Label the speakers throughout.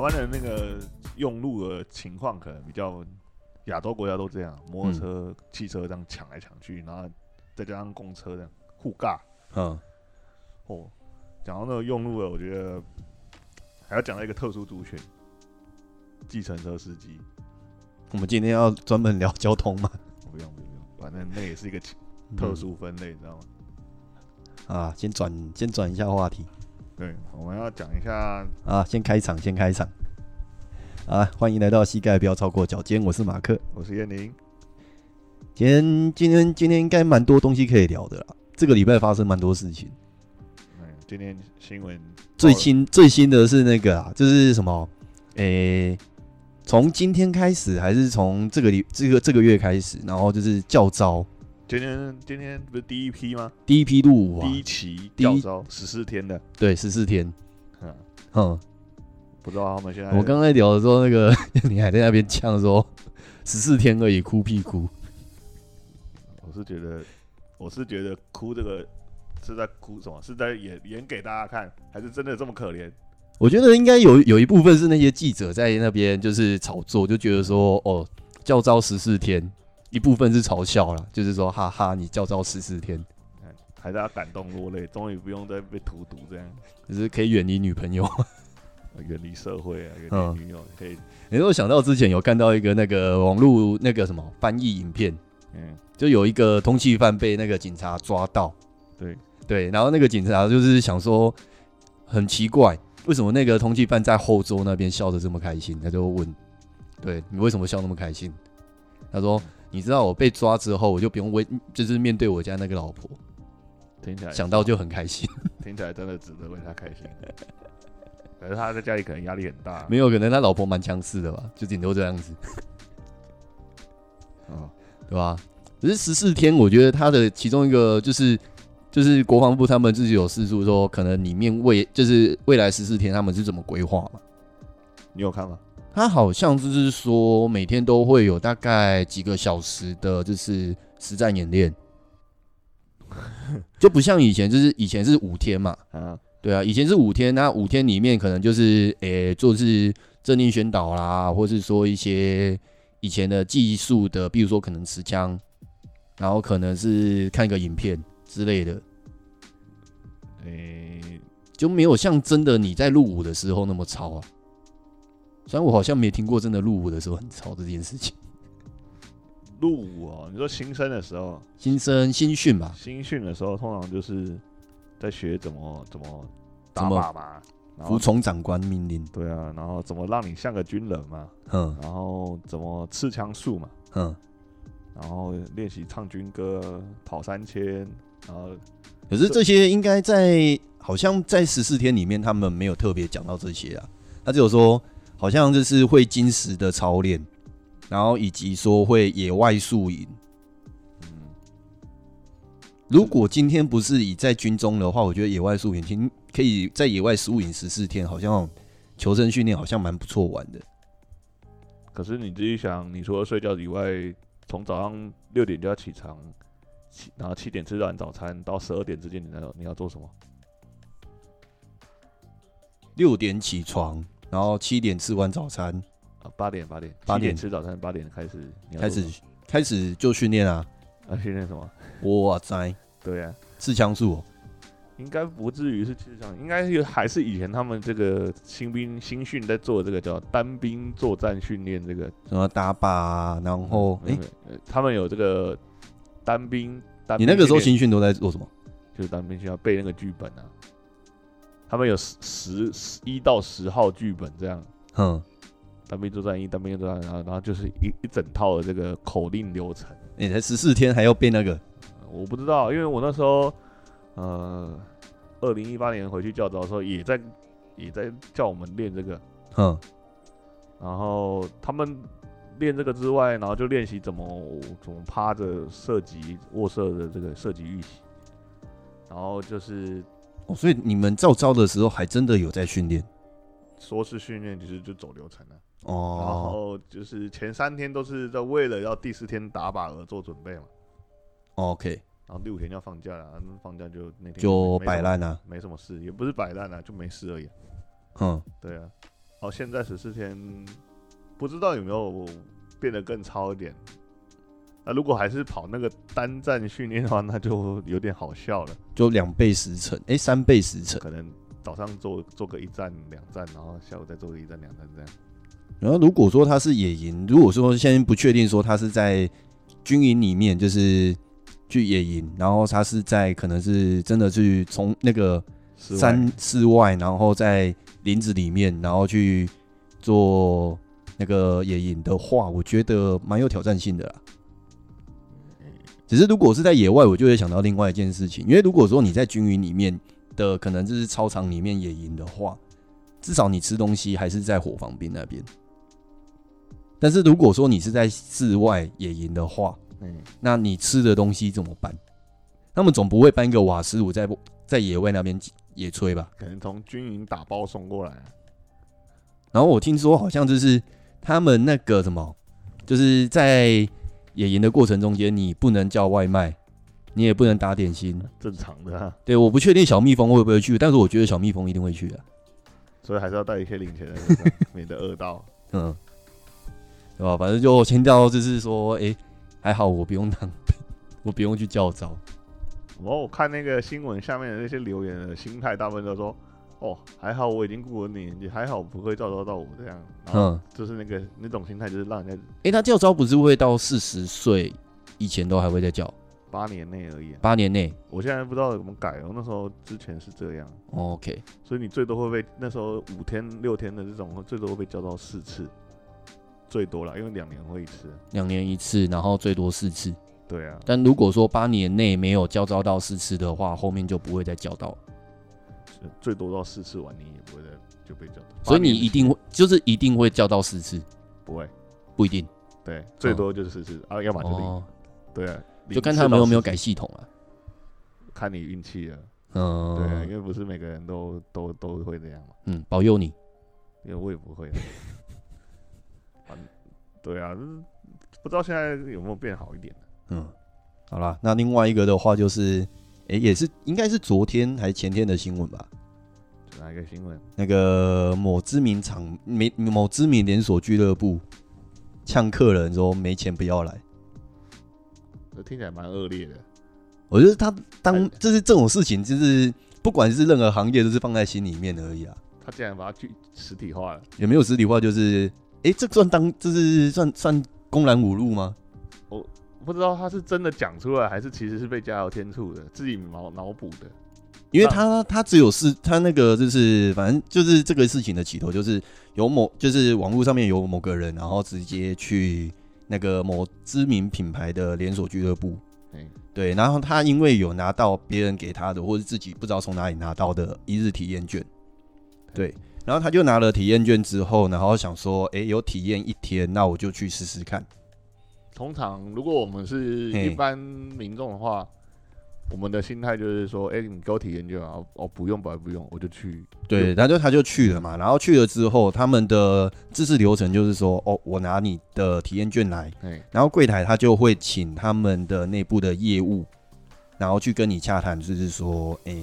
Speaker 1: 湾的那个用路的情况可能比较亚洲国家都这样，摩托车、
Speaker 2: 嗯
Speaker 1: 汽车这样抢来抢去，然后再加上公车这样互尬。
Speaker 2: 嗯，
Speaker 1: 哦，讲到那个用路了，我觉得还要讲到一个特殊族群——计程车司机。
Speaker 2: 我们今天要专门聊交通嘛？
Speaker 1: 不用不用不用，反正那也是一个其特殊分类，你知道吗？
Speaker 2: 嗯啊，先转先转一下话题
Speaker 1: 对，我们要讲一下
Speaker 2: 啊，先开场，先开场啊！欢迎来到膝盖不要超过脚尖，我是马克。
Speaker 1: 我是燕宁，
Speaker 2: 今天今天今天应该蛮多东西可以聊的啦。这个礼拜发生蛮多事情，
Speaker 1: 嗯，今天新闻
Speaker 2: 最
Speaker 1: 哦
Speaker 2: 新最新的是那个啊，就是什么？诶、从今天开始还是从这个礼这个这个月开始，然后就是教招
Speaker 1: 今天今天不是第一批吗？
Speaker 2: 第一批入伍啊
Speaker 1: 第，一期
Speaker 2: 第
Speaker 1: 教
Speaker 2: 一
Speaker 1: 招十四天的，
Speaker 2: 对，十四天。
Speaker 1: 嗯，
Speaker 2: 嗯，
Speaker 1: 不知道他们现在
Speaker 2: 我刚才聊的时候，那个 你还在那边呛说十四天而已，哭屁哭。
Speaker 1: 我是觉得我是觉得哭这个是在哭什么？是在演演给大家看，还是真的这么可怜？
Speaker 2: 我觉得应该有有一部分是那些记者在那边就是炒作，就觉得说哦，教招十四天，一部分是嘲笑啦，就是说哈哈，你教招十四天，
Speaker 1: 嗯还是他感动落泪，终于不用再被荼毒这样，
Speaker 2: 就是可以远离女朋友。
Speaker 1: 呃远离社会啊，远
Speaker 2: 嗯
Speaker 1: 离女友，可以，
Speaker 2: 你有想到之前有看到一个那个网络那个什么翻译影片，
Speaker 1: 嗯，
Speaker 2: 就有一个通缉犯被那个警察抓到，
Speaker 1: 对
Speaker 2: 对，然后那个警察就是想说很奇怪，为什么那个通缉犯在后州那边笑得这么开心？他就问，对你为什么笑那么开心？他说你知道我被抓之后，我就不用为就是面对我家那个老婆，
Speaker 1: 听起来
Speaker 2: 想到就很开心。
Speaker 1: 听起来真的值得为他开心。 可是他在家里可能压力很大，
Speaker 2: 没有可能他老婆蛮强势的吧，就顶多这样子，
Speaker 1: 哦
Speaker 2: 对吧？只是十四天，我觉得他的其中一个就是。就是国防部他们自己有试出说，可能里面未就是未来十四天他们是怎么规划嘛？
Speaker 1: 你有看吗？
Speaker 2: 他好像就是说每天都会有大概几个小时的，就是实战演练，就不像以前，就是以前是五天嘛，
Speaker 1: 啊，
Speaker 2: 对啊，以前是五天，那五天里面可能就是诶、就是政令宣导啦，或是说一些以前的技术的，比如说可能持枪，然后可能是看个影片之类的，
Speaker 1: 诶、
Speaker 2: 就没有像真的你在入伍的时候那么吵啊。虽然我好像没听过真的入伍的时候很吵这件事情。
Speaker 1: 入伍哦，你说新生的时候，
Speaker 2: 新生新训吧，
Speaker 1: 新训的时候，通常就是在学怎么怎么打
Speaker 2: 怎么
Speaker 1: 靶嘛，然后
Speaker 2: 服从长官命令。
Speaker 1: 对啊，然后怎么让你像个军人嘛，
Speaker 2: 嗯
Speaker 1: 然后怎么刺枪术嘛，
Speaker 2: 嗯，
Speaker 1: 然后练习唱军歌、跑三千，然后
Speaker 2: 可是这些应该在好像在十四天里面，他们没有特别讲到这些啊。他只有说，好像就是会金石的操练，然后以及说会野外宿营。
Speaker 1: 嗯，
Speaker 2: 如果今天不是以在军中的话，我觉得野外宿营，听可以在野外宿营十四天，好像求生训练好像蛮不错玩的。
Speaker 1: 可是你自己想，你除了睡觉以外，从早上六点就要起床，起然后七点吃完早餐到十二点之间，你要你要做什么？
Speaker 2: 六点起床，然后七点吃完早餐，
Speaker 1: 啊，八点八点
Speaker 2: 八
Speaker 1: 七
Speaker 2: 点
Speaker 1: 吃早餐，八点开始你要
Speaker 2: 开
Speaker 1: 做什
Speaker 2: 始
Speaker 1: 么
Speaker 2: 开始就训练啊。
Speaker 1: 啊训练什么？
Speaker 2: 哇塞，
Speaker 1: 对呀、
Speaker 2: 刺枪术、哦。
Speaker 1: 应该不至于是智商，应该有还是以前他们这个新兵新训在做这个叫单兵作战训练，这个
Speaker 2: 什么打靶啊、然后哎、
Speaker 1: 那个呃他们有这个单兵单
Speaker 2: 你
Speaker 1: 兵训练。
Speaker 2: 那个时候新训都在做什么？
Speaker 1: 就是单兵训要背那个剧本啊，他们有十十十一到十号剧本这样，
Speaker 2: 哼，
Speaker 1: 单兵作战一，单兵作战二，然后然后就是一一整套的这个口令流程。啊
Speaker 2: 你、才十四天还要背那个？
Speaker 1: 我不知道，因为我那时候，呃，二零一八年回去教导的时候，也在也在叫我们练这个，
Speaker 2: 哼，
Speaker 1: 然后他们练这个之外，然后就练习怎么怎么趴着射击卧射的这个射击预习，然后就是
Speaker 2: 哦，所以你们照招的时候还真的有在训练
Speaker 1: 说是训练，其实就走流程了、然
Speaker 2: 哦
Speaker 1: 后就是前三天都是在为了要第四天打靶而做准备嘛，
Speaker 2: ，OK，
Speaker 1: 然后第五天要放假了，啊那放假就那天
Speaker 2: 就
Speaker 1: 哦没什么
Speaker 2: 摆烂啊，
Speaker 1: 啊没什么事，也不是摆烂啊，就没事而已。
Speaker 2: 哼，
Speaker 1: 对啊，哦，现在十四天不知道有没有变得更超一点。那如果还是跑那个单站训练的话，那就有点好笑了。
Speaker 2: 就两倍时程，哎、三倍时程。
Speaker 1: 可能早上做做个一站两站，然后下午再做个一站两站这样。
Speaker 2: 然后如果说他是野营，如果说现在不确定说他是在军营里面，就是去野营，然后他是在可能是真的去从那个
Speaker 1: 室外
Speaker 2: 山室外，然后在林子里面，然后去做那个野营的话，我觉得蛮有挑战性的啦。只是如果是在野外，我就会想到另外一件事情，因为如果说你在军营里面的，可能就是操场里面野营的话，至少你吃东西还是在伙房兵那边。但是如果说你是在室外野营的话，
Speaker 1: 嗯，
Speaker 2: 那你吃的东西怎么办？他们总不会搬一个瓦斯炉在在野外那边野炊吧？
Speaker 1: 可能从军营打包送过来。
Speaker 2: 然后我听说好像就是他们那个什么，就是在野营的过程中间，你不能叫外卖，你也不能打点心。
Speaker 1: 正常的、啊，
Speaker 2: 对，我不确定小蜜蜂会不会去，但是我觉得小蜜蜂一定会去啊的、
Speaker 1: 所以还是要带一些零钱在身上，免得饿到。
Speaker 2: 嗯，对吧？反正就先到，就是说，诶，还好我不用当兵，我不用去叫招。
Speaker 1: 然后我看那个新闻下面的那些留言的心态，大部分都说：“哦，还好我已经过了年纪，还好不会照顾到我这样。”然后
Speaker 2: 嗯，
Speaker 1: 就是那个那种心态，就是让人家
Speaker 2: 诶，他叫招不是会到四十岁以前都还会再叫，
Speaker 1: 八年内而已啊、
Speaker 2: 八年内。
Speaker 1: 我现在不知道怎么改哦，那时候之前是这样，
Speaker 2: OK，
Speaker 1: 所以你最多会被那时候五天六天的这种，最多会被叫到四次，最多了，因为两年会一次。
Speaker 2: 两年一次，然后最多四次。
Speaker 1: 对啊，
Speaker 2: 但如果说八年内没有叫招到四次的话，后面就不会再叫到了。
Speaker 1: 呃最多到四次完，你也不会再就被叫到。
Speaker 2: 所以你
Speaker 1: 八年
Speaker 2: 一定会，就是一定会叫到四次，
Speaker 1: 不会，不
Speaker 2: 不一定。
Speaker 1: 对，最多就是四次、啊，要么就零、
Speaker 2: 哦，
Speaker 1: 对啊，
Speaker 2: 就看
Speaker 1: 零
Speaker 2: 他们有没有
Speaker 1: 次到
Speaker 2: 改系统啊。
Speaker 1: 四次，看你运气了。
Speaker 2: 嗯，
Speaker 1: 对啊，因为不是每个人都都都会这样嘛，
Speaker 2: 嗯，保佑你。
Speaker 1: 因为我也不会、啊。反对啊，嗯不知道现在有没有变好一点、
Speaker 2: 嗯，好啦，那另外一个的话就是，诶、也是应该是昨天还前天的新闻吧。
Speaker 1: 就哪一个新闻？
Speaker 2: 那个某知名厂、没某知名连锁俱乐部呛客人说没钱不要来。
Speaker 1: 这听起来蛮恶劣的。
Speaker 2: 我觉得他当
Speaker 1: 哎
Speaker 2: 就是这种事情，就是不管是任何行业，都是放在心里面而已啦。啊
Speaker 1: 他竟然把它具实体化了，
Speaker 2: 也没有实体化，就是诶，这算当就是算算公然侮辱吗？
Speaker 1: 不知道他是真的讲出来，还是其实是被加油添醋的，自己脑脑补的。
Speaker 2: 因为他他只有是他那个就是反正就是这个事情的起头，就是有某就是网络上面有某个人，然后直接去那个某知名品牌的连锁俱乐部
Speaker 1: 嗯，
Speaker 2: 对，然后他因为有拿到别人给他的，或者自己不知道从哪里拿到的一日体验券，对，然后他就拿了体验券之后，然后想说，诶，有体验一天，那我就去试试看，
Speaker 1: 通常如果我们是
Speaker 2: 嘿
Speaker 1: 一般民众的话，我们的心态就是说，哎、你给我体验就好，哦，不用吧，不用，我就去。
Speaker 2: 对，他就他就去了嘛，然后去了之后，他们的自治流程就是说，哦，我拿你的体验券来，
Speaker 1: 哎，
Speaker 2: 然后柜台他就会请他们的内部的业务，然后去跟你洽谈，就是说，诶，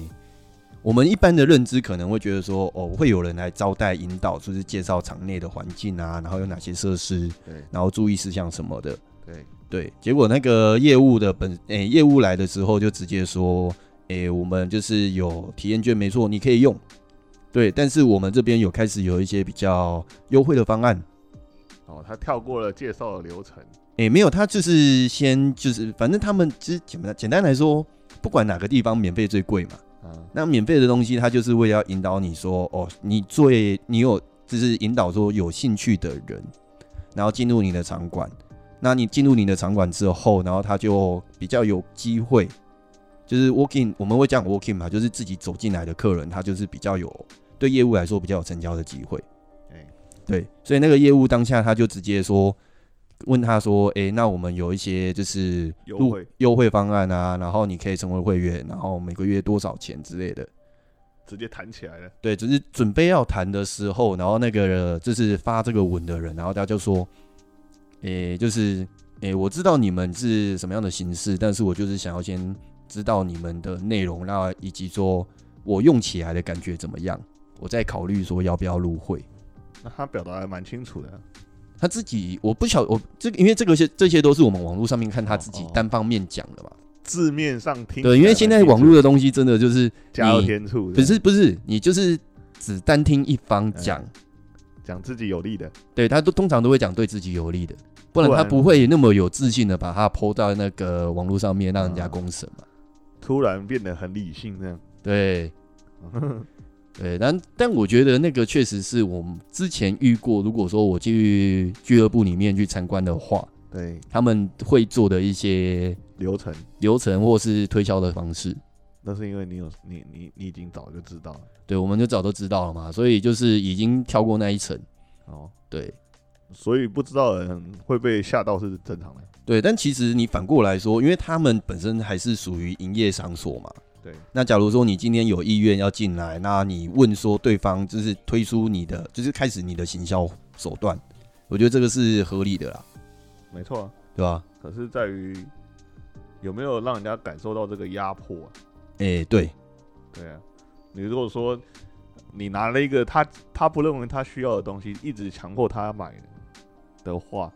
Speaker 2: 我们一般的认知可能会觉得说，哦，会有人来招待、引导，就是介绍场内的环境啊，然后有哪些设施，
Speaker 1: 对
Speaker 2: 然后注意事项什么的。
Speaker 1: 对，
Speaker 2: 对，结果那个业务的本诶、业务来的时候就直接说，诶、我们就是有体验券，没错，你可以用。对，但是我们这边有开始有一些比较优惠的方案。
Speaker 1: 哦，他跳过了介绍的流程，
Speaker 2: 诶、没有，他就是先就是，反正他们其实简单简单来说，不管哪个地方免费最贵嘛。
Speaker 1: 嗯，
Speaker 2: 那免费的东西，它就是为了要引导你说，哦，你最你有就是引导说有兴趣的人，然后进入你的场馆。那你进入你的场馆之后，然后他就比较有机会，就是 walking，我们会讲 walking 嘛，就是自己走进来的客人，他就是比较有对业务来说比较有成交的机会。
Speaker 1: 哎，
Speaker 2: 对，所以那个业务当下他就直接说，问他说，诶、那我们有一些就是
Speaker 1: 优
Speaker 2: 入
Speaker 1: 惠
Speaker 2: 优惠方案啊，然后你可以成为会员，然后每个月多少钱之类的。
Speaker 1: 直接弹起来了，
Speaker 2: 对，只是准备要谈的时候，然后那个就是发这个文的人，然后他就说，诶、就是诶、我知道你们是什么样的形式，但是我就是想要先知道你们的内容，那以及说我用起来的感觉怎么样，我再考虑说要不要入会。
Speaker 1: 那他表达的蛮清楚的，
Speaker 2: 他自己我不晓我这个，因为这个些这些都是我们网络上面看他自己
Speaker 1: 哦哦
Speaker 2: 单方面讲的嘛。
Speaker 1: 字面上听
Speaker 2: 对，因为现在网络的东西真的就是
Speaker 1: 加油
Speaker 2: 你
Speaker 1: 添醋，
Speaker 2: 不是不是，你就是只单听一方
Speaker 1: 哎
Speaker 2: 讲，
Speaker 1: 讲自己有利的，
Speaker 2: 对他都通常都会讲对自己有利的，不然
Speaker 1: 不
Speaker 2: 他
Speaker 1: 然
Speaker 2: 不会那么有自信的把它抛到那个网络上面让人家
Speaker 1: 嗯
Speaker 2: 公审嘛。
Speaker 1: 突然变得很理性这样。
Speaker 2: 对，对，但但我觉得那个确实是我们之前遇过，如果说我去俱乐部里面去参观的话，
Speaker 1: 对，
Speaker 2: 他们会做的一些
Speaker 1: 流程
Speaker 2: 流程或是推销的方式。
Speaker 1: 那是因为你有你你你已经早就知道了
Speaker 2: 对，我们就早都知道了嘛，所以就是已经跳过那一层。
Speaker 1: 哦，
Speaker 2: 对
Speaker 1: 所以不知道的人会被吓到是正常的。
Speaker 2: 对，但其实你反过来说，因为他们本身还是属于营业场所嘛。
Speaker 1: 对，
Speaker 2: 那假如说你今天有意愿要进来，那你问说对方就是推出你的，就是开始你的行销手段，我觉得这个是合理的啦，
Speaker 1: 没错、啊。
Speaker 2: 对吧、
Speaker 1: 可是在于有没有让人家感受到这个压迫啊？
Speaker 2: 哎、对，
Speaker 1: 对啊，你如果说你拿了一个他他不认为他需要的东西，一直强迫他买的话，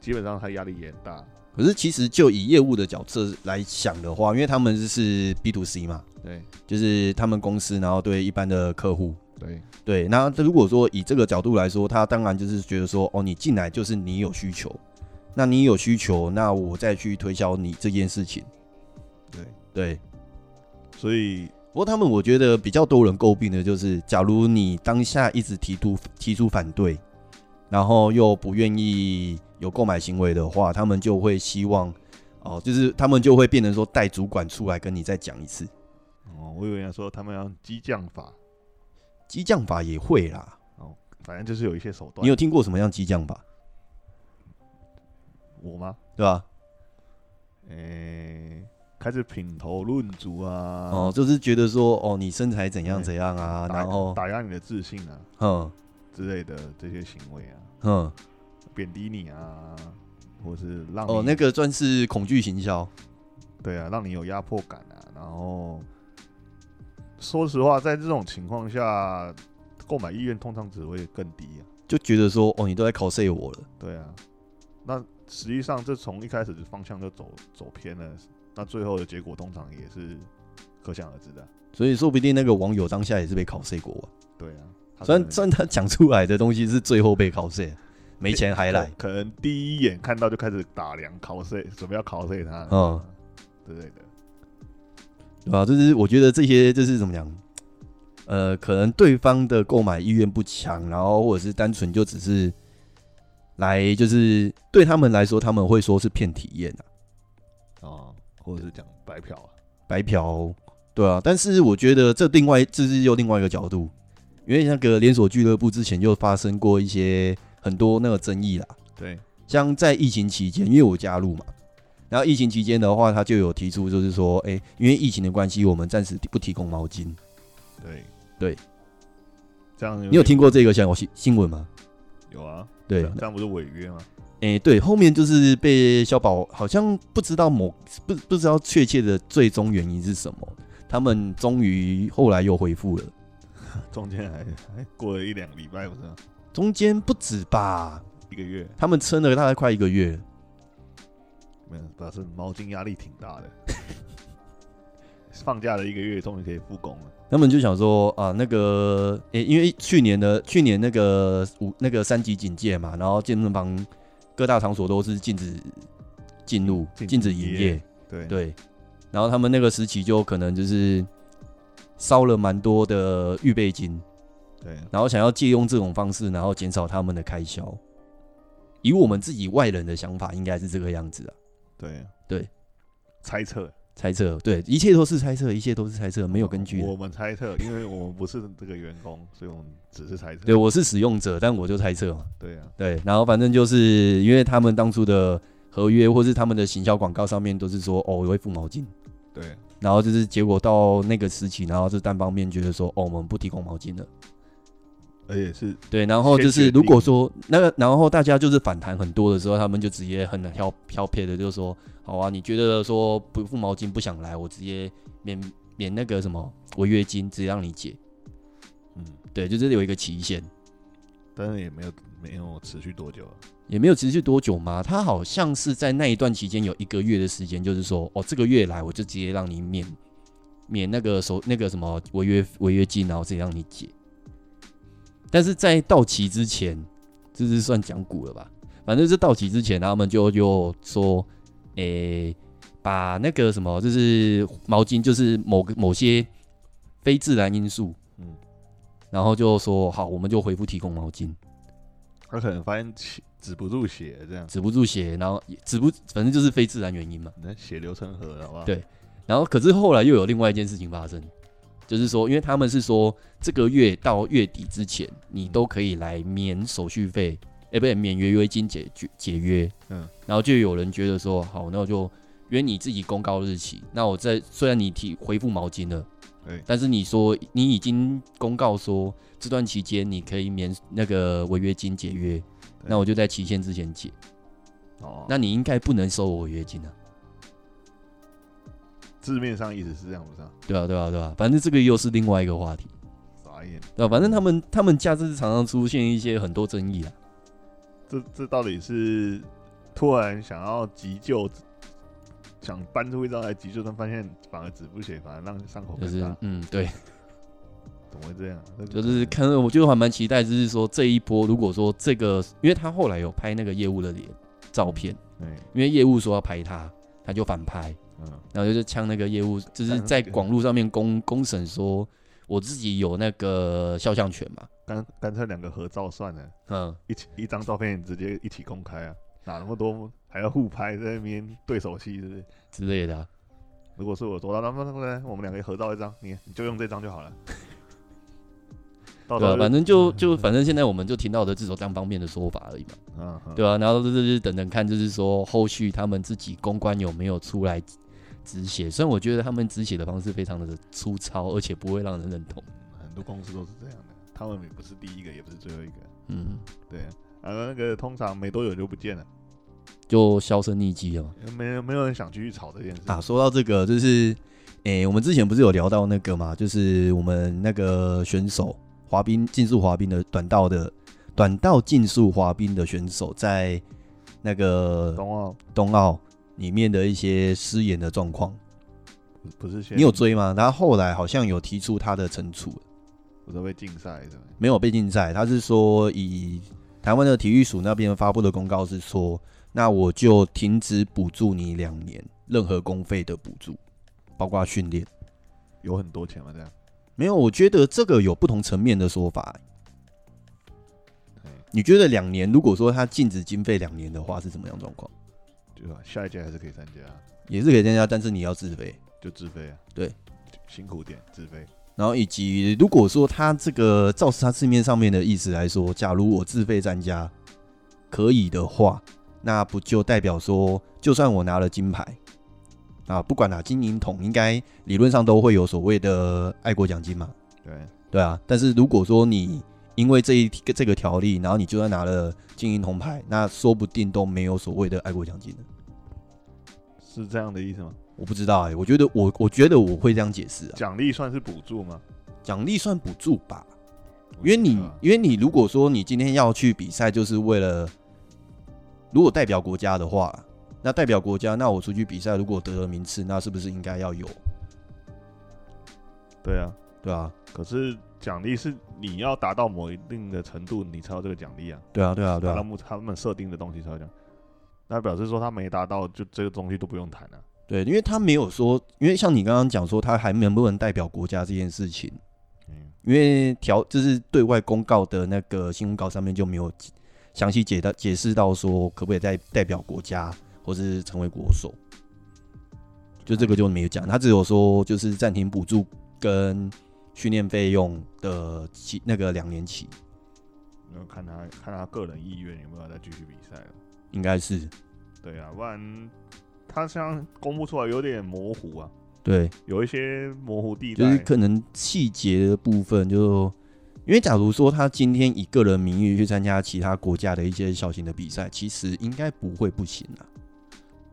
Speaker 1: 基本上他压力也很大。
Speaker 2: 可是其实就以业务的角色来想的话，因为他们是 B to C 嘛，
Speaker 1: 对
Speaker 2: 就是他们公司，然后对一般的客户，
Speaker 1: 对，
Speaker 2: 对，那如果说以这个角度来说，他当然就是觉得说，哦，你进来就是你有需求，那你有需求，那我再去推销你这件事情，
Speaker 1: 对
Speaker 2: 对。
Speaker 1: 所以
Speaker 2: 不过他们我觉得比较多人诟病的就是，假如你当下一直提出提出反对，然后又不愿意有购买行为的话，他们就会希望，哦、就是他们就会变成说带主管出来跟你再讲一次，
Speaker 1: 哦，我以为要说他们要用激将法，
Speaker 2: 激将法也会啦。
Speaker 1: 反正就是有一些手段。
Speaker 2: 你有听过什么样激将法，
Speaker 1: 我吗？
Speaker 2: 对吧？
Speaker 1: 诶、开始品头论足啊，
Speaker 2: 哦，就是觉得说，哦，你身材怎样
Speaker 1: 对
Speaker 2: 怎样啊，
Speaker 1: 打
Speaker 2: 然后，
Speaker 1: 打压你的自信啊
Speaker 2: 嗯
Speaker 1: 之类的这些行为啊，
Speaker 2: 嗯，
Speaker 1: 贬低你啊，或是让你
Speaker 2: 哦，那个算是恐惧行销，
Speaker 1: 对啊，让你有压迫感啊。然后，说实话，在这种情况下，购买意愿通常只会更低啊。
Speaker 2: 就觉得说，哦，你都在 cos 我了，
Speaker 1: 对啊，那实际上这从一开始的方向就走走偏了，那最后的结果通常也是可想而知的啊。
Speaker 2: 所以说不定那个网友当下也是被 cos 过、啊。
Speaker 1: 对啊，他可
Speaker 2: 虽
Speaker 1: 能
Speaker 2: 然虽然他讲出来的东西是最后被 cos，没钱还来，
Speaker 1: 可能第一眼看到就开始打量 cos，准备要 cos 他，
Speaker 2: 嗯，
Speaker 1: 之类的。
Speaker 2: 对吧、就是我觉得这些就是怎么讲，呃，可能对方的购买意愿不强，然后或者是单纯就只是来，就是对他们来说，他们会说是骗体验啊。
Speaker 1: 哦，或者是讲白嫖啊，
Speaker 2: 白嫖，对啊。但是我觉得这另外这是又另外一个角度，因为那个连锁俱乐部之前就发生过一些很多那个争议啦，
Speaker 1: 对，
Speaker 2: 像在疫情期间，因为我加入嘛，然后疫情期间的话，他就有提出就是说，哎、因为疫情的关系，我们暂时不提供毛巾。
Speaker 1: 对，
Speaker 2: 对，
Speaker 1: 这样
Speaker 2: 你有听过这个小新新闻吗？
Speaker 1: 有啊？
Speaker 2: 对，
Speaker 1: 这样不是违约吗？
Speaker 2: 哎、对，后面就是被消保，好像不知道某不不知道确切的最终原因是什么，他们终于后来又恢复了。
Speaker 1: 中间还还过了一两个礼拜，不是吗
Speaker 2: 中间不止吧，
Speaker 1: 一个月，
Speaker 2: 他们撑了大概快一个月了，
Speaker 1: 没有，表示毛巾压力挺大的。放假了一个月，终于可以复工了。
Speaker 2: 他们就想说啊，那个诶、因为去年的去年那个五那个三级警戒嘛，然后健身房各大场所都是禁止进入、
Speaker 1: 禁止
Speaker 2: 禁止营
Speaker 1: 营
Speaker 2: 业
Speaker 1: 业，对
Speaker 2: 对，然后他们那个时期就可能就是烧了蛮多的预备金，
Speaker 1: 对
Speaker 2: 然后想要借用这种方式，然后减少他们的开销。以我们自己外人的想法，应该是这个样子啊，
Speaker 1: 对
Speaker 2: 对，
Speaker 1: 猜测
Speaker 2: 猜测，对，一切都是猜测，一切都是猜测，没有根据的。
Speaker 1: 我们猜测，因为我们不是这个员工，所以我们只是猜测。
Speaker 2: 对，我是使用者，但我就猜测嘛。
Speaker 1: 对啊，
Speaker 2: 对，然后反正就是因为他们当初的合约或是他们的行销广告上面都是说哦我会付毛巾，
Speaker 1: 对
Speaker 2: 然后就是结果到那个时期，然后就单方面觉得说哦我们不提供毛巾了。
Speaker 1: 而且是
Speaker 2: 对，然后就
Speaker 1: 先
Speaker 2: 是
Speaker 1: 决定
Speaker 2: 如果说那个，然后大家就是反弹很多的时候，他们就直接很飘飘撇的就说好啊，你觉得说不付毛巾不想来，我直接免免那个什么违约金，直接让你解。
Speaker 1: 嗯，
Speaker 2: 对，就是有一个期限。
Speaker 1: 但是也没有没有持续多久啊。
Speaker 2: 也没有持续多久嘛，他好像是在那一段期间有一个月的时间，就是说，哦，这个月来我就直接让你免免那个手那个什么违约违约金，然后直接让你解。但是在到期之前，这是算讲古了吧？反正是到期之前，他们就就说，诶、把那个什么，就是毛巾，就是某个某些非自然因素，嗯
Speaker 1: 嗯，
Speaker 2: 然后就说好，我们就回复提供毛巾。
Speaker 1: 他可能发现起止不住血，这样
Speaker 2: 止不住血，然后也止不，反正就是非自然原因嘛。
Speaker 1: 那血流成河了，好不好？
Speaker 2: 对然后可是后来又有另外一件事情发生，就是说，因为他们是说这个月到月底之前，你都可以来免手续费，哎、不对，免违约金解决解约。
Speaker 1: 嗯，
Speaker 2: 然后就有人觉得说，好，那我就因为你自己公告日期，那我在虽然你提回复毛巾了，
Speaker 1: 对
Speaker 2: 但是你说你已经公告说这段期间你可以免那个违约金解约，那我就在期限之前解，
Speaker 1: 哦，
Speaker 2: 那你应该不能收我违约金啊。
Speaker 1: 字面上意思是这样，不是啊？
Speaker 2: 对啊，对啊，对啊，反正这个又是另外一个话题，
Speaker 1: 傻眼，
Speaker 2: 对啊，反正他们他们假日常常出现一些很多争议啊，
Speaker 1: 这这到底是突然想要急救，想搬出一招来急救，但发现反而止不住血，反而让伤口
Speaker 2: 就
Speaker 1: 更
Speaker 2: 是
Speaker 1: 大，
Speaker 2: 嗯，对，
Speaker 1: 怎么会这样啊？那
Speaker 2: 就是看我就还蛮期待，就是说这一波如果说这个，因为他后来有拍那个业务的脸照片，
Speaker 1: 对，
Speaker 2: 因为业务说要拍他，他就反拍，
Speaker 1: 哎嗯，
Speaker 2: 然后就是呛那个业务，就是
Speaker 1: 但
Speaker 2: 在
Speaker 1: 对
Speaker 2: 广路上面公公审说我自己有那个肖像权嘛，
Speaker 1: 干干脆两个合照算了，
Speaker 2: 嗯，
Speaker 1: 一起一张照片直接一起公开啊，哪那么多还要互拍在那边对手戏，是不是？
Speaker 2: 之类的啊、
Speaker 1: 如果是我多大，那么那么来，我们两个合照一张，你你就用这张就好 了。到时
Speaker 2: 对
Speaker 1: 候嗯
Speaker 2: 啊，
Speaker 1: 就
Speaker 2: 反正就就反正现在我们就听到的这种单方面的说法而已嘛。
Speaker 1: 嗯，嗯
Speaker 2: 对啊，然后这就是等等看，就是说后续他们自己公关有没有出来止血。虽然我觉得他们止血的方式非常的粗糙，而且不会让人认同。
Speaker 1: 很多公司都是这样的，他们也不是第一个，也不是最后一个，
Speaker 2: 嗯，
Speaker 1: 对啊，然后那个通常没多久就不见了，
Speaker 2: 就销声匿迹了嘛。
Speaker 1: 没人没有人想继续炒这件事
Speaker 2: 啊，说到这个，就是诶、我们之前不是有聊到那个嘛，就是我们那个选手滑冰竞速滑冰的短道的短道竞速滑冰的选手，在那个
Speaker 1: 冬奥
Speaker 2: 冬奥里面的一些失言的状况。
Speaker 1: 不不是先
Speaker 2: 你有追吗？他后来好像有提出他的惩处，
Speaker 1: 不是被禁赛是吧？
Speaker 2: 没有被禁赛。他是说以台湾的体育署那边发布的公告是说，那我就停止补助你两年任何公费的补助，包括训练。
Speaker 1: 有很多钱吗？这样，
Speaker 2: 没有，我觉得这个有不同层面的说法。
Speaker 1: 哎，
Speaker 2: 你觉得两年，如果说他禁止经费两年的话，是怎么样状况？
Speaker 1: 对吧？下一届还是可以参加，啊
Speaker 2: 也是可以参加，但是你要自费。
Speaker 1: 就自费啊。
Speaker 2: 对，
Speaker 1: 辛苦点自费。
Speaker 2: 然后以及，如果说他这个照他字面上面的意思来说，假如我自费参加，可以的话，那不就代表说，就算我拿了金牌，啊，不管哪金银铜，应该理论上都会有所谓的爱国奖金嘛，
Speaker 1: 对，
Speaker 2: 对啊。但是如果说你因为这一这个条例，然后你就算拿了金银铜牌，那说不定都没有所谓的爱国奖金了。
Speaker 1: 是这样的意思吗？
Speaker 2: 我不知道哎、我觉得我我觉得我会这样解释啊，
Speaker 1: 奖励算是补助吗？
Speaker 2: 奖励算补助吧。因为你
Speaker 1: 我不知道啊
Speaker 2: 因为你如果说你今天要去比赛，就是为了如果代表国家的话，那代表国家，那我出去比赛，如果得了名次，那是不是应该要有？
Speaker 1: 对啊，
Speaker 2: 对啊，
Speaker 1: 可是奖励是你要达到某一定的程度，你才有这个奖励啊。
Speaker 2: 对啊，对啊，对
Speaker 1: 达到
Speaker 2: 啊，
Speaker 1: 目他们设定的东西才会讲。那表示说他没达到，就这个东西都不用谈啊了、
Speaker 2: 对，因为他没有说，因为像你刚刚讲说他还能不能代表国家这件事情，
Speaker 1: 嗯，
Speaker 2: 因为条就是对外公告的那个新闻稿上面就没有详细解到解释到说可不可以代代表国家或是成为国手，就这个就没有讲，他只有说就是暂停补助跟训练费用的期那个两年期，
Speaker 1: 要看他看他个人意愿有没有再继续比赛了。
Speaker 2: 应该是
Speaker 1: 对啊，不然他像公布出来有点模糊啊，
Speaker 2: 对，
Speaker 1: 有一些模糊地带。
Speaker 2: 就是可能细节的部分就。因为假如说他今天以个人名义去参加其他国家的一些小型的比赛，其实应该不会不行啊，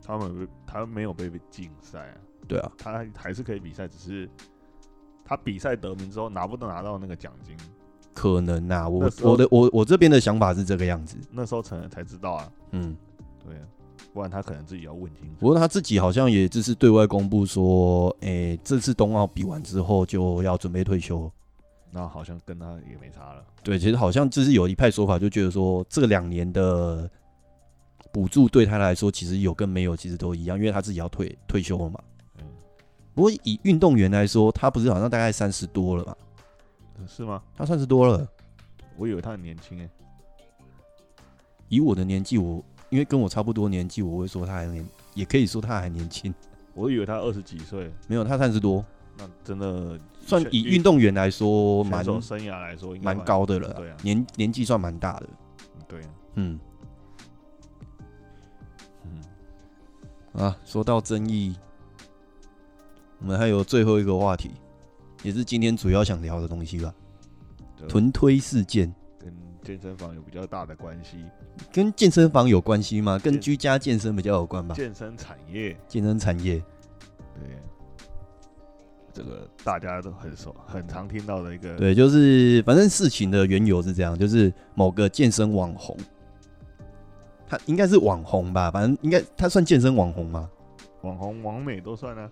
Speaker 1: 他们他没有被禁赛啊，
Speaker 2: 对啊，
Speaker 1: 他还是可以比赛，只是他比赛得名之后拿不能拿到那个奖金，
Speaker 2: 可能呐、我
Speaker 1: 那时候
Speaker 2: 我的我我这边的想法是这个样子，
Speaker 1: 那时候成人才知道啊，
Speaker 2: 嗯，
Speaker 1: 对啊，不然他可能自己要问清
Speaker 2: 不
Speaker 1: 楚。
Speaker 2: 过他自己好像也就是对外公布说，诶、这次冬奥比完之后就要准备退休。
Speaker 1: 那好像跟他也没差了，
Speaker 2: 对，其实好像就是有一派说法，就觉得说这两年的补助对他来说，其实有跟没有其实都一样，因为他自己要退退休了嘛。
Speaker 1: 嗯
Speaker 2: 不过以运动员来说，他不是好像大概三十多了嘛？
Speaker 1: 是吗？
Speaker 2: 他三十多了，
Speaker 1: 我以为他很年轻哎、
Speaker 2: 以我的年纪我，因为跟我差不多年纪，我会说他还年，也可以说他还年轻。
Speaker 1: 我以为他二十几岁，
Speaker 2: 没有，他三十多，
Speaker 1: 那真的
Speaker 2: 算
Speaker 1: 选
Speaker 2: 以运动员来说
Speaker 1: 选
Speaker 2: 蛮
Speaker 1: 手生涯来说应该
Speaker 2: 蛮高的了啦，
Speaker 1: 对啊，
Speaker 2: 年年纪算蛮大的。
Speaker 1: 对啊，
Speaker 2: 嗯
Speaker 1: 嗯，
Speaker 2: 啊，说到争议，我们还有最后一个话题，也是今天主要想聊的东西吧。
Speaker 1: 就
Speaker 2: 臀推事件
Speaker 1: 跟健身房有比较大的关系，
Speaker 2: 跟健身房有关系吗？跟
Speaker 1: 健
Speaker 2: 居家健身比较有关吧？
Speaker 1: 健身产业
Speaker 2: 健身产业，
Speaker 1: 对。这个大家都很熟，很常听到的一个，
Speaker 2: 对，就是反正事情的缘由是这样，就是某个健身网红，他应该是网红吧，反正应该他算健身网红吗？
Speaker 1: 网红、网美都算啊。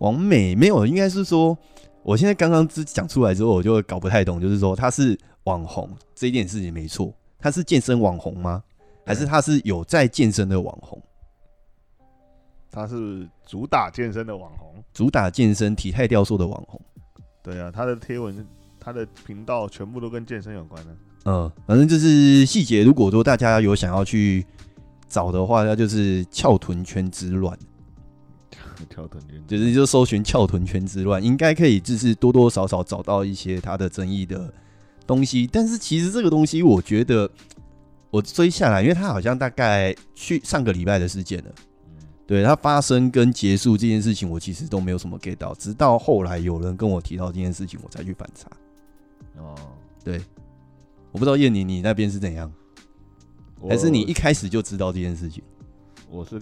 Speaker 2: 王美没有，应该是说，我现在刚刚只讲出来之后，我就搞不太懂，就是说他是网红这一件事情没错，他是健身网红吗？还是
Speaker 1: 对
Speaker 2: 他是有在健身的网红，
Speaker 1: 他是主打健身的网红，
Speaker 2: 主打健身、体态雕塑的网红？
Speaker 1: 对啊，他的贴文、他的频道全部都跟健身有关的、啊
Speaker 2: 嗯，反正就是细节，如果说大家有想要去找的话，那就是翘臀圈之乱。
Speaker 1: 跳臀军
Speaker 2: 就是就搜寻翘臀圈之乱，应该可以就是多多少少找到一些它的争议的东西。但是其实这个东西，我觉得我追下来，因为它好像大概去上个礼拜的事件了。
Speaker 1: 嗯，
Speaker 2: 对它发生跟结束这件事情，我其实都没有什么 get 到，直到后来有人跟我提到这件事情，我才去反查。
Speaker 1: 哦，
Speaker 2: 我不知道燕妮你那边是怎样，
Speaker 1: 我
Speaker 2: 还是你一开始就知道这件事情？
Speaker 1: 我是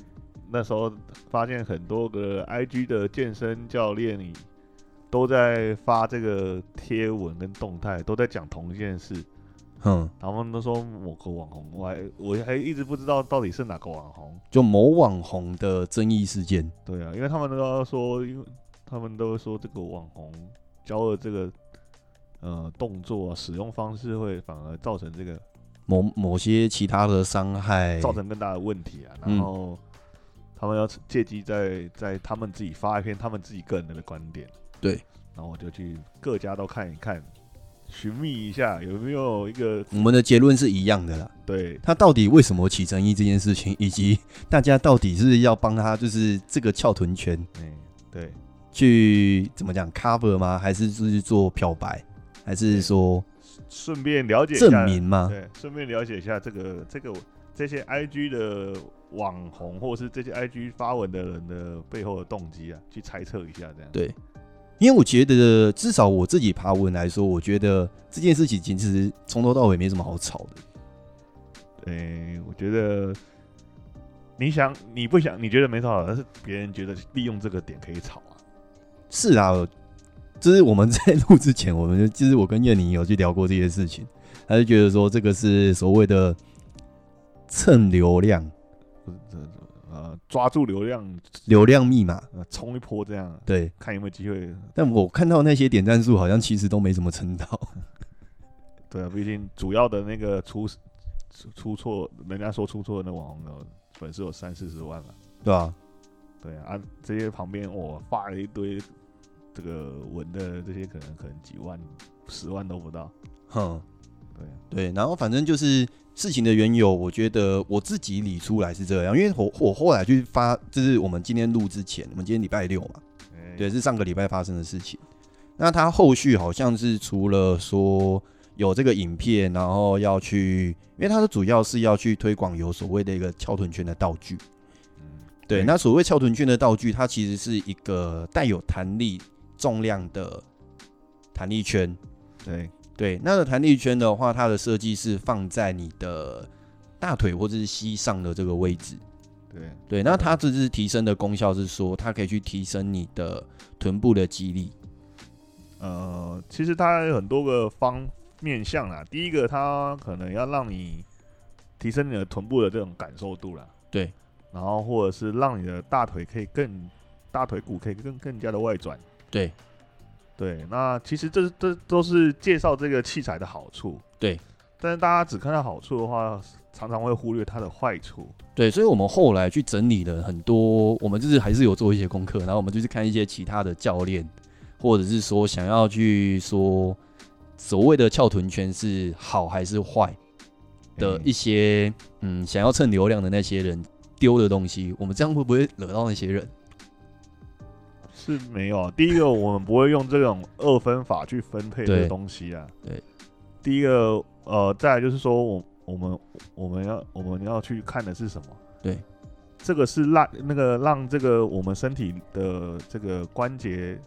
Speaker 1: 那时候发现很多个 IG 的健身教练都在发这个贴文跟动态，都在讲同一件事。
Speaker 2: 哼，
Speaker 1: 他们都说某个网红，我还我还一直不知道到底是哪个网红。
Speaker 2: 就某网红的争议事件，
Speaker 1: 对啊，因为他们都要说，因为他们都说这个网红教的这个呃动作、啊、使用方式会反而造成这个
Speaker 2: 某某些其他的伤害，
Speaker 1: 造成更大的问题啊，
Speaker 2: 哎嗯
Speaker 1: 然后他们要借机在在他们自己发一篇他们自己个人的观点。
Speaker 2: 对，
Speaker 1: 然后我就去各家都看一看，寻觅一下有没有一个
Speaker 2: 我们的结论是一样的啦。
Speaker 1: 对
Speaker 2: 他到底为什么起争议这件事情，以及大家到底是要帮他，就是这个翘臀拳
Speaker 1: 嗯对
Speaker 2: 去怎么讲 cover 吗？还是就是做漂白，还是说
Speaker 1: 顺便了解一下
Speaker 2: 证明吗？
Speaker 1: 对，顺便了解一下这个这个这些 IG 的网红或者是这些 IG 发文的人的背后的动机啊，去猜测一下这样。
Speaker 2: 对，因为我觉得至少我自己爬文来说，我觉得这件事情其实从头到尾没什么好吵的。
Speaker 1: 诶、我觉得你想你不想，你觉得没吵，但是别人觉得利用这个点可以吵啊。
Speaker 2: 是啊，就是我们在录之前，我们就就是我跟燕妮有去聊过这些事情，他就觉得说这个是所谓的蹭流量、
Speaker 1: 不是这这呃，抓住流量，
Speaker 2: 流量密码，
Speaker 1: 呃，冲一波这样，
Speaker 2: 对。
Speaker 1: 看有没有机会。
Speaker 2: 但我看到那些点赞数好像其实都没怎么撑到，
Speaker 1: 对啊，毕竟主要的那个出出出错，人家说出错的那网红的粉丝有三四十万嘛。
Speaker 2: 对吧、
Speaker 1: 对啊，啊这些旁边我、发了一堆这个文的这些，可能可能几万、十万都不到。
Speaker 2: 哼，
Speaker 1: 对啊，
Speaker 2: 对。然后反正就是事情的缘由，我觉得我自己理出来是这样，因为我我后来去发，就是我们今天录之前，我们今天礼拜六嘛，
Speaker 1: 诶
Speaker 2: 对，是上个礼拜发生的事情。那他后续好像是除了说有这个影片，然后要去，因为他的主要是要去推广有所谓的一个翘臀圈的道具。
Speaker 1: 嗯，
Speaker 2: 对，
Speaker 1: 对
Speaker 2: 那所谓翘臀圈的道具，它其实是一个带有弹力重量的弹力圈。
Speaker 1: 对，
Speaker 2: 对，那个弹力圈的话，它的设计是放在你的大腿或者是膝上的这个位置。
Speaker 1: 对，
Speaker 2: 对，那它这是提升的功效是说，它可以去提升你的臀部的肌力。
Speaker 1: 呃，其实它有很多个方面向啦。第一个，它可能要让你提升你的臀部的这种感受度啦，
Speaker 2: 对，
Speaker 1: 然后或者是让你的大腿可以更大腿骨可以更更加的外转。
Speaker 2: 对
Speaker 1: 对，那其实这这都是介绍这个器材的好处。
Speaker 2: 对，
Speaker 1: 但是大家只看到好处的话，常常会忽略它的坏处。
Speaker 2: 对，所以我们后来去整理了很多，我们就是还是有做一些功课，然后我们就是看一些其他的教练，或者是说想要去说所谓的翘臀圈是好还是坏的
Speaker 1: 嗯
Speaker 2: 一些，嗯，想要蹭流量的那些人丢的东西，我们这样会不会惹到那些人？
Speaker 1: 是没有啊。第一个，我们不会用这种二分法去分配
Speaker 2: 对
Speaker 1: 这个东西啊。
Speaker 2: 对，
Speaker 1: 第一个，呃，再来就是说我我们我们要我们要去看的是什么？
Speaker 2: 对，
Speaker 1: 这个是让那个让这个我们身体的这个关节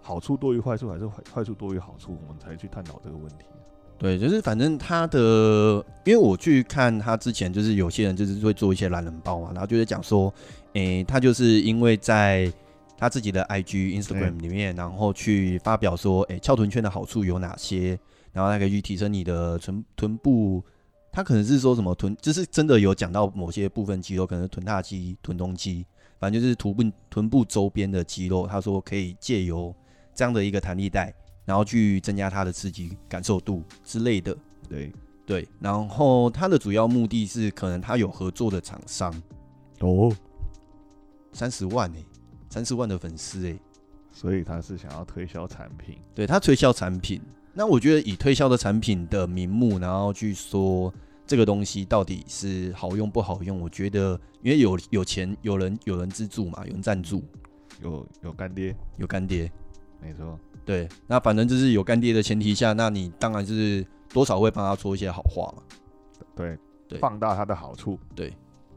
Speaker 1: 好处多于坏处，还是坏坏处多于好处，我们才去探讨这个问题。
Speaker 2: 对，就是反正他的，因为我去看他之前，就是有些人就是会做一些懒人包嘛，然后就在讲说，诶、他就是因为在他自己的 IG、Instagram 里面，然后去发表说，诶、翘臀圈的好处有哪些，然后他可以去提升你的臀臀部，他可能是说什么臀，就是真的有讲到某些部分肌肉，可能是臀大肌、臀中肌，反正就是臀部臀部周边的肌肉，他说可以借由这样的一个弹力带。然后去增加它的刺激感受度之类的。
Speaker 1: 对，
Speaker 2: 对，然后它的主要目的是可能它有合作的厂商，
Speaker 1: 哦，
Speaker 2: 三十万哎、三十万的粉丝哎、
Speaker 1: 所以他是想要推销产品。
Speaker 2: 对它推销产品。那我觉得以推销的产品的名目，然后去说这个东西到底是好用不好用，我觉得因为有有钱有人有人资助嘛，有人赞助，
Speaker 1: 有有干爹，
Speaker 2: 有干爹，
Speaker 1: 没错，
Speaker 2: 对，那反正就是有干爹的前提下，那你当然是多少会帮他说一些好话嘛。
Speaker 1: 对，
Speaker 2: 对
Speaker 1: 放大它的好处，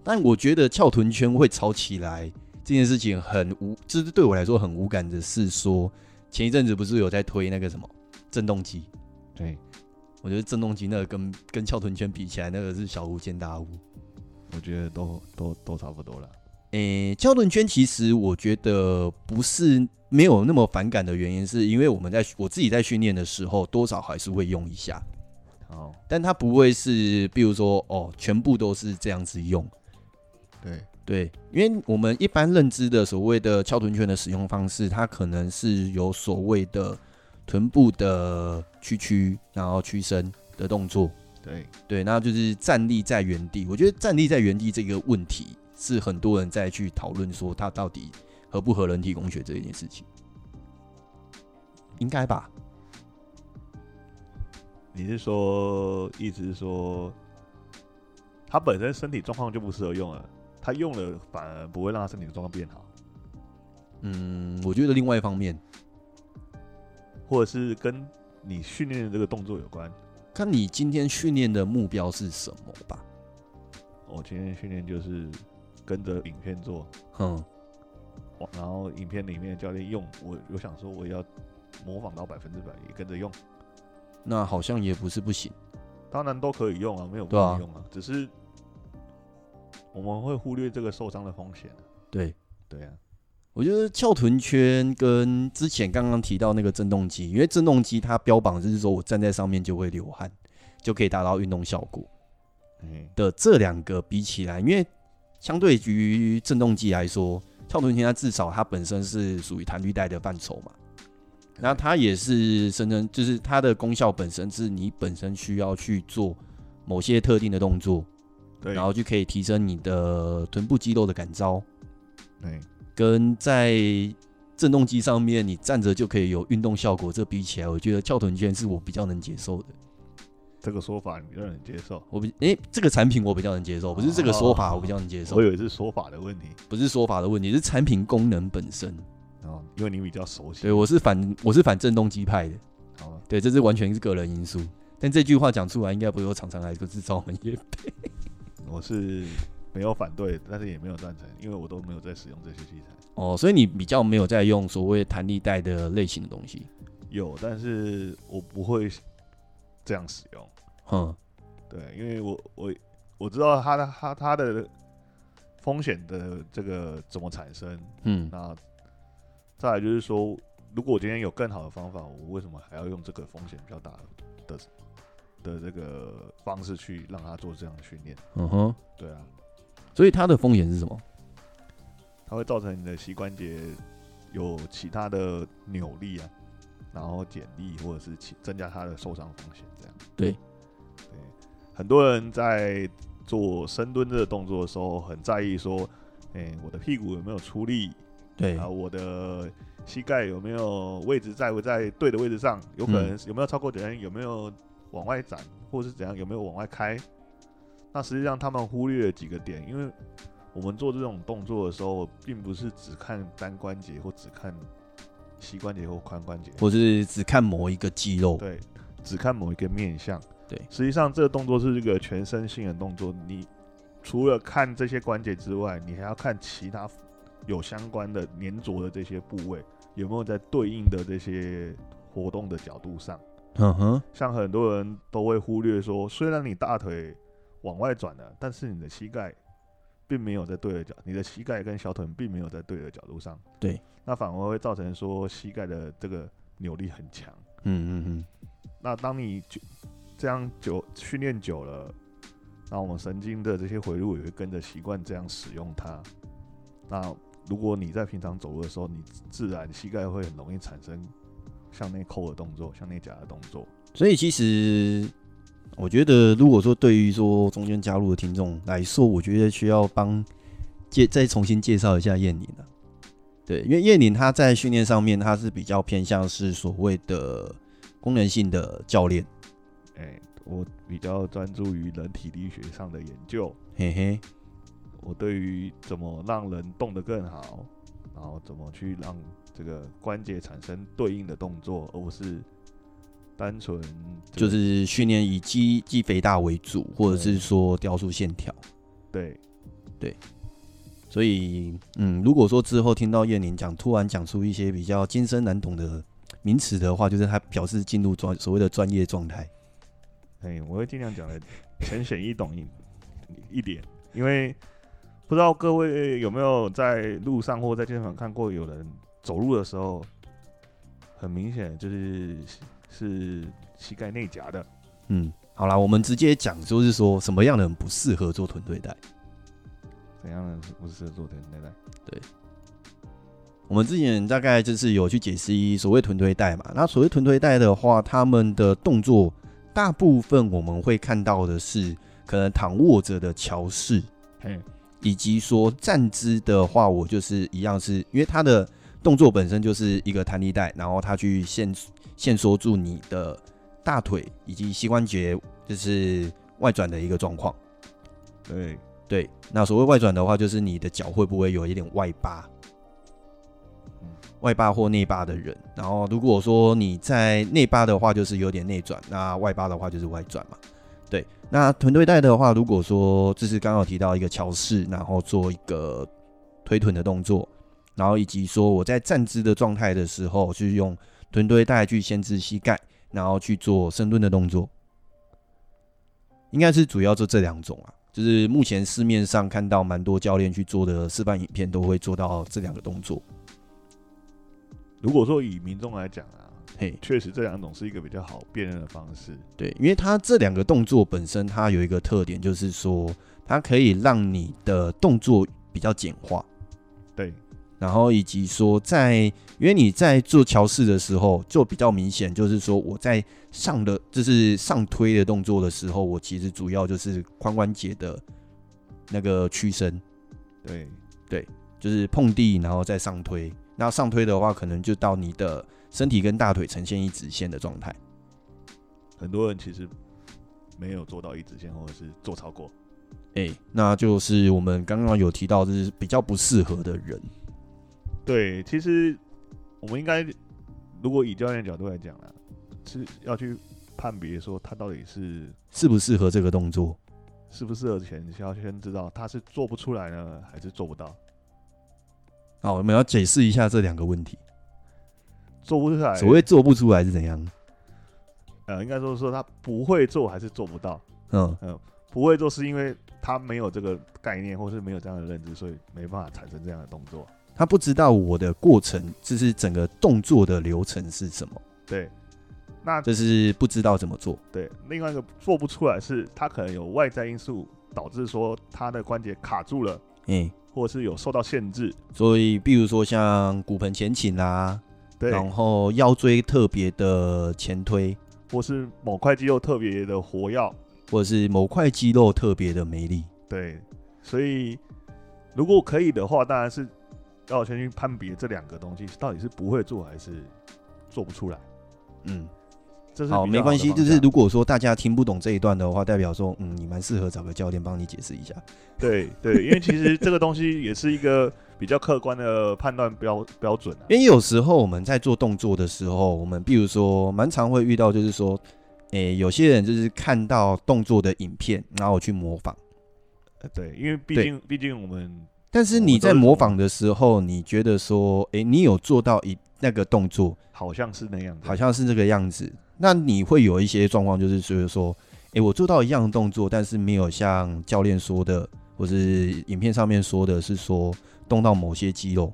Speaker 2: 但我觉得翘臀圈会吵起来这件事情很无，就是对我来说很无感的是说，前一阵子不是有在推那个什么震动机？
Speaker 1: 对，
Speaker 2: 我觉得震动机那个跟跟翘臀圈比起来，那个是小巫见大巫。
Speaker 1: 我觉得都都都差不多了。
Speaker 2: 诶、翘臀圈其实我觉得不是没有那么反感的原因，是因为我们在我自己在训练的时候，多少还是会用一下，
Speaker 1: 好，
Speaker 2: 但它不会是，比如说哦，全部都是这样子用。
Speaker 1: 对，
Speaker 2: 对，因为我们一般认知的所谓的翘臀圈的使用方式，它可能是有所谓的臀部的屈曲，然后屈伸的动作。
Speaker 1: 对，
Speaker 2: 对，那就是站立在原地。我觉得站立在原地这个问题是很多人在去讨论说它到底合不合人体工学这一件事情，应该吧？
Speaker 1: 你是说一直说他本身身体状况就不适合用啊了，他用了反而不会让他身体的状况变好，
Speaker 2: 嗯，我觉得另外一方面，
Speaker 1: 或者是跟你训练的这个动作有关。
Speaker 2: 看你今天训练的目标是什么吧。
Speaker 1: 我今天哦训练就是跟着影片做，
Speaker 2: 嗯，
Speaker 1: 哇然后影片里面的教练用我，哦我想说我也要模仿到百分之百，也跟着用。
Speaker 2: 那好像也不是不行。
Speaker 1: 当然都可以用啊，没有不
Speaker 2: 对啊
Speaker 1: 能用啊，只是我们会忽略这个受伤的风险啊。
Speaker 2: 对，
Speaker 1: 对啊，
Speaker 2: 我觉得翘臀圈跟之前刚刚提到那个震动机，因为震动机它标榜就是说我站在上面就会流汗，就可以达到运动效果
Speaker 1: 哎，
Speaker 2: 的这两个比起来，因为相对于震动机来说，翘臀圈它至少它本身是属于弹力带的范畴嘛，那它也是声称就是它的功效本身是你本身需要去做某些特定的动作，
Speaker 1: 对，
Speaker 2: 然后就可以提升你的臀部肌肉的感召。
Speaker 1: 哎，
Speaker 2: 跟在震动机上面你站着就可以有运动效果，这比起来，我觉得翘臀圈是我比较能接受的。
Speaker 1: 这个说法你让人接受，
Speaker 2: 我比诶、这个产品我比较能接受，不是这个说法我比较能接受
Speaker 1: 我，以为是说法的问题，
Speaker 2: 不是说法的问题，是产品功能本身。
Speaker 1: 然后哦因为你比较熟悉
Speaker 2: 对，我是反我是反震动机派的，
Speaker 1: 好吗？
Speaker 2: 对，这是完全是个人因素。但这句话讲出来，应该不会有厂商来说制造我们业。
Speaker 1: 我是没有反对，但是也没有赞成，因为我都没有在使用这些器材。
Speaker 2: 哦，所以你比较没有在用所谓弹力带的类型的东西，
Speaker 1: 有，但是我不会这样使用。
Speaker 2: 哼，
Speaker 1: 对，因为我我我知道它的它它的风险的这个怎么产生，
Speaker 2: 嗯，
Speaker 1: 那再来就是说，如果我今天有更好的方法，我为什么还要用这个风险比较大的的这个方式去让他做这样的训练？
Speaker 2: 嗯哼，
Speaker 1: 对啊，
Speaker 2: 所以它的风险是什么？
Speaker 1: 它会造成你的膝关节有其他的扭力啊，然后减力或者是其增加它的受伤风险。这样
Speaker 2: 对
Speaker 1: 对，很多人在做深蹲这个动作的时候，很在意说，哎、我的屁股有没有出力，
Speaker 2: 对
Speaker 1: 啊，我的膝盖有没有位置在不在对的位置上？有可能有没有超过别人？有没有往外展，或者是怎样？有没有往外开？那实际上他们忽略了几个点，因为我们做这种动作的时候，并不是只看单关节或只看膝关节或髋关节，
Speaker 2: 或是只看某一个肌肉，
Speaker 1: 对，只看某一个面相。
Speaker 2: 对
Speaker 1: 实际上这个动作是一个全身性的动作，你除了看这些关节之外，你还要看其他有相关的粘着的这些部位有没有在对应的这些活动的角度上。
Speaker 2: 嗯哼，
Speaker 1: 像很多人都会忽略说，虽然你大腿往外转了，但是你的膝盖并没有在对的角，你的膝盖跟小腿并没有在对的角度上。
Speaker 2: 对，
Speaker 1: 那反而会造成说膝盖的这个扭力很强。
Speaker 2: 嗯嗯嗯，
Speaker 1: 那当你就这样久训练久了，那我们神经的这些回路也会跟着习惯这样使用它。那如果你在平常走路的时候，你自然膝盖会很容易产生向内扣的动作、向内夹的动作。
Speaker 2: 所以其实我觉得，如果说对于说中间加入的听众来说，我觉得需要帮介再重新介绍一下燕宁啊。对，因为燕宁他在训练上面，他是比较偏向是所谓的功能性的教练，
Speaker 1: 哎、我比较专注于人体力学上的研究，
Speaker 2: 嘿嘿，
Speaker 1: 我对于怎么让人动得更好，然后怎么去让这个关节产生对应的动作，而不是单纯这
Speaker 2: 就
Speaker 1: 个
Speaker 2: 是训练以肌肌肥大为主，或者是说雕塑线条。
Speaker 1: 对
Speaker 2: 所以，嗯，如果说之后听到燕宁讲，突然讲出一些比较艰深难懂的名词的话，就是他表示进入专所谓的专业状态。
Speaker 1: 哎，我会尽量讲的浅显易懂一一点，因为不知道各位有没有在路上或在健身房看过有人走路的时候，很明显就是是膝盖内夹的，
Speaker 2: 嗯，好啦，我们直接讲，就是说什么样的人不适合做臀对带。
Speaker 1: 怎样的不适合做臀内带？
Speaker 2: 我们之前大概就是有去解析所谓臀推带嘛。那所谓臀推带的话，他们的动作大部分我们会看到的是可能躺卧着的桥式，
Speaker 1: 嘿，
Speaker 2: 以及说站姿的话，我就是一样是，因为它的动作本身就是一个弹力带，然后它去限限缩住你的大腿以及膝关节就是外转的一个状况。
Speaker 1: 对，
Speaker 2: 对，那所谓外转的话，就是你的脚会不会有一点外八
Speaker 1: 嗯，
Speaker 2: 外八或内八的人。然后如果说你在内八的话，就是有点内转；那外八的话，就是外转嘛。对，那臀对带的话，如果说就是刚刚有提到一个桥式，然后做一个推臀的动作，然后以及说我在站姿的状态的时候，去用臀对带去限制膝盖，然后去做深蹲的动作。应该是主要就这两种啊，就是目前市面上看到蛮多教练去做的示范影片，都会做到这两个动作。
Speaker 1: 如果说以民众来讲啊，
Speaker 2: 嘿，
Speaker 1: 确实这两种是一个比较好辨认的方式。
Speaker 2: 对，因为它这两个动作本身，它有一个特点，就是说它可以让你的动作比较简化，
Speaker 1: 对，
Speaker 2: 然后以及说在，因为你在做桥式的时候，就比较明显，就是说我在上的就是上推的动作的时候，我其实主要就是髋关节的那个屈伸，
Speaker 1: 对，
Speaker 2: 就是碰地，然后再上推。那上推的话，可能就到你的身体跟大腿呈现一直线的状态。
Speaker 1: 很多人其实没有做到一直线，或者是做超过。
Speaker 2: 哎、那就是我们刚刚有提到，就是比较不适合的人。
Speaker 1: 对，其实我们应该，如果以教练角度来讲啦，啊是要去判别说他到底是
Speaker 2: 适不适合这个动作？
Speaker 1: 适不适合前，需要先知道他是做不出来呢，还是做不到。
Speaker 2: 好，我们要解释一下这两个问题。
Speaker 1: 做不出来，
Speaker 2: 所谓做不出来是怎样？
Speaker 1: 呃，应该说说他不会做还是做不到。
Speaker 2: 嗯，
Speaker 1: 不会做是因为他没有这个概念，或是没有这样的认知，所以没办法产生这样的动作。
Speaker 2: 他不知道我的过程，就是整个动作的流程是什么，
Speaker 1: 对，那
Speaker 2: 就是不知道怎么做。
Speaker 1: 对另外一个做不出来是他可能有外在因素导致说他的关节卡住了，
Speaker 2: 嗯，
Speaker 1: 或者是有受到限制，
Speaker 2: 所以比如说像骨盆前倾啦，
Speaker 1: 对，
Speaker 2: 然后腰椎特别的前推，
Speaker 1: 或是某块肌肉特别的活跃，
Speaker 2: 或者是某块肌肉特别的没力。
Speaker 1: 对，所以如果可以的话，当然是要先去判别这两个东西到底是不会做还是做不出来。
Speaker 2: 嗯，
Speaker 1: 这是
Speaker 2: 好，
Speaker 1: 比较
Speaker 2: 没关系。
Speaker 1: 的方
Speaker 2: 就
Speaker 1: 向
Speaker 2: 是如果说大家听不懂这一段的话，代表说，嗯，你蛮适合找个教练帮你解释一下。
Speaker 1: 对对，因为其实这个东西也是一个比较客观的判断标标准啊。
Speaker 2: 因为有时候我们在做动作的时候，我们比如说蛮常会遇到，就是说，诶、有些人就是看到动作的影片，然后去模仿。
Speaker 1: 呃对，因为毕
Speaker 2: 对
Speaker 1: 竟毕竟我们
Speaker 2: 但是
Speaker 1: 哦
Speaker 2: 你在模仿的时候，你觉得说，诶、你有做到一那个动作，
Speaker 1: 好像是那样的，
Speaker 2: 好像是这个样子，那你会有一些状况，就是觉得说，诶、我做到一样的动作，但是没有像教练说的，或是影片上面说的是说动到某些肌肉，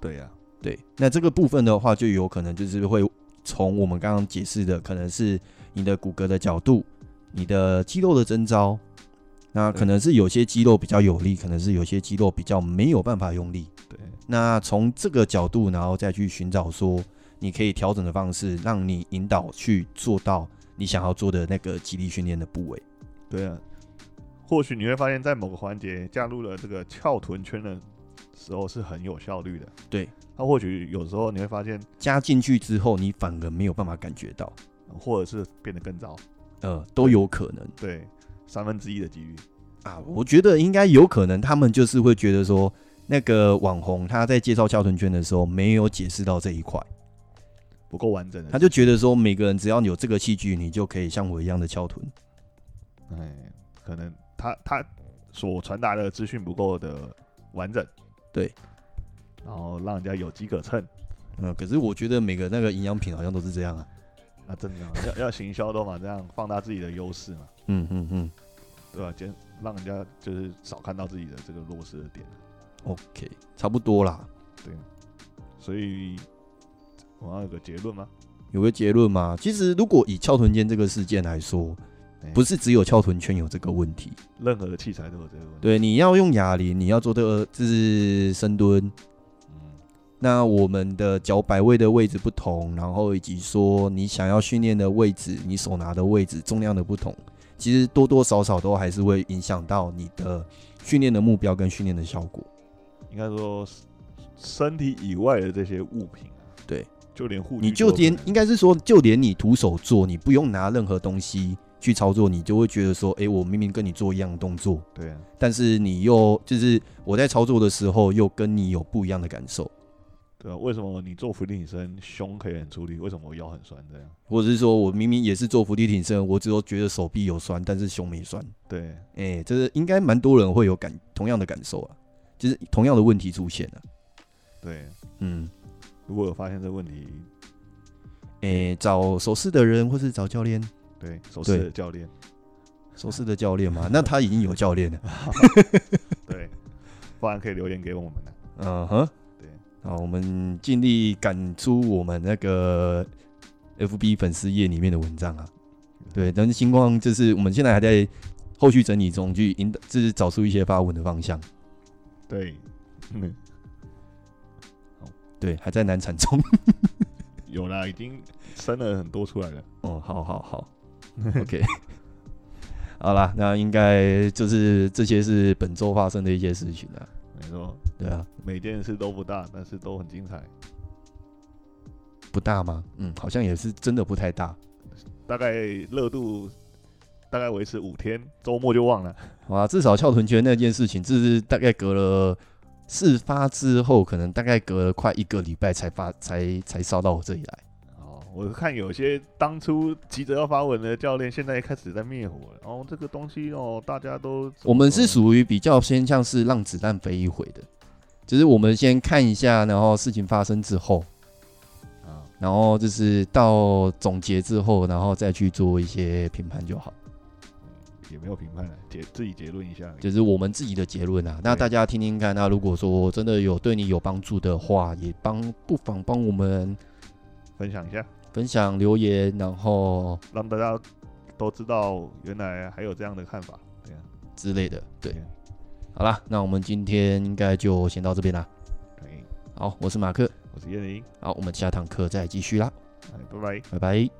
Speaker 1: 对啊呀、
Speaker 2: 对，那这个部分的话，就有可能就是会从我们刚刚解释的，可能是你的骨骼的角度、你的肌肉的征招，那可能是有些肌肉比较有力，可能是有些肌肉比较没有办法用力。
Speaker 1: 对
Speaker 2: 那从这个角度，然后再去寻找说你可以调整的方式，让你引导去做到你想要做的那个肌力训练的部位。
Speaker 1: 对啊。或许你会发现，在某个环节加入了这个翘臀圈的时候是很有效率的。
Speaker 2: 对，
Speaker 1: 那或许有时候你会发现，
Speaker 2: 加进去之后，你反而没有办法感觉到，
Speaker 1: 或者是变得更糟。
Speaker 2: 呃，都有可能。
Speaker 1: 对，三分之一的几率。
Speaker 2: 啊，我觉得应该有可能，他们就是会觉得说，那个网红他在介绍翘臀圈的时候没有解释到这一块，
Speaker 1: 不够完整的。
Speaker 2: 他就觉得说，每个人只要有这个器具，你就可以像我一样的翘臀。
Speaker 1: 哎，可能他他所传达的资讯不够的完整，
Speaker 2: 对，
Speaker 1: 然后让人家有机可乘。
Speaker 2: 嗯，可是我觉得每个那个营养品好像都是这样啊。
Speaker 1: 那真的啊要要行销都嘛，这样放大自己的优势嘛，
Speaker 2: 嗯嗯嗯
Speaker 1: 对吧、减让人家就是少看到自己的这个弱势的点。
Speaker 2: ，OK，差不多啦。
Speaker 1: 所以我要有个结论吗？
Speaker 2: 有个结论吗？其实如果以翘臀间这个事件来说
Speaker 1: 哎，
Speaker 2: 不是只有翘臀圈有这个问题，
Speaker 1: 任何的器材都有这个问题。
Speaker 2: 对，你要用哑铃，你要做这个就是深蹲，
Speaker 1: 嗯，
Speaker 2: 那我们的脚摆位的位置不同，然后以及说你想要训练的位置、你手拿的位置、重量的不同，其实多多少少都还是会影响到你的训练的目标跟训练的效果。
Speaker 1: 应该说身体以外的这些物品啊，
Speaker 2: 对，
Speaker 1: 就连护具
Speaker 2: 你就
Speaker 1: 都有
Speaker 2: 连
Speaker 1: 可能
Speaker 2: 应该是说，就连你徒手做，你不用拿任何东西去操作，你就会觉得说，诶，我明明跟你做一样的动作，
Speaker 1: 对啊，
Speaker 2: 但是你又就是我在操作的时候又跟你有不一样的感受。
Speaker 1: 对啊，为什么你做俯卧撑胸可以很出力，为什么我腰很酸这样？
Speaker 2: 或者是说我明明也是做伏地挺身，我只有觉得手臂有酸，但是胸没酸。
Speaker 1: 对，
Speaker 2: 哎、这是应该蛮多人会有感同样的感受啊，就是同样的问题出现啊了、
Speaker 1: 对，
Speaker 2: 嗯，
Speaker 1: 如果有发现这个问题，
Speaker 2: 哎、找手势的人或是找教练，
Speaker 1: 对，手势
Speaker 2: 对
Speaker 1: 的教练，
Speaker 2: 手势的教练 嘛，那他已经有教练了。
Speaker 1: 对，不然可以留言给我们啊的、
Speaker 2: 嗯哼，
Speaker 1: 对，
Speaker 2: 啊，我们尽力赶出我们那个 FB 粉丝页里面的文章啊。对，但是星光就是我们现在还在后续整理中，去引导，就是找出一些发文的方向。
Speaker 1: 对， 嗯，
Speaker 2: 对，还在难产中。
Speaker 1: 有啦，已经生了很多出来了。
Speaker 2: 哦，好好好，OK，好啦，那应该就是这些是本周发生的一些事情啊，
Speaker 1: 没错，
Speaker 2: 对啊，
Speaker 1: 每件事都不大，但是都很精彩。
Speaker 2: 不大吗？嗯，好像也是真的不太大。
Speaker 1: 大概热度大概维持五天，周末就忘了。
Speaker 2: 好啊，至少翘臀圈那件事情，这是大概隔了事发之后，可能大概隔了快一个礼拜才发，才才烧到我这里来。
Speaker 1: 哦，我看有些当初急着要发文的教练，现在开始在灭火了。哦，这个东西哦，大家都
Speaker 2: 我们是属于比较先像是让子弹飞一回的，就是我们先看一下，然后事情发生之后，
Speaker 1: 啊，
Speaker 2: 然后就是到总结之后，然后再去做一些评判就好。
Speaker 1: 也没有评判了，结自己结论一下而已。
Speaker 2: 就是我们自己的结论啊。那
Speaker 1: 对
Speaker 2: 大家听听看，那如果说真的有对你有帮助的话，也帮不妨帮我们
Speaker 1: 分享一下，
Speaker 2: 分享留言，然后
Speaker 1: 让大家都知道原来还有这样的看法。对啊，
Speaker 2: 之类的。对
Speaker 1: Yeah，
Speaker 2: 好啦，那我们今天应该就先到这边啦。
Speaker 1: 对，
Speaker 2: 好，我是马克，
Speaker 1: 我是叶林，
Speaker 2: 好，我们下堂课再继续啦，
Speaker 1: 哎拜拜。
Speaker 2: 拜拜。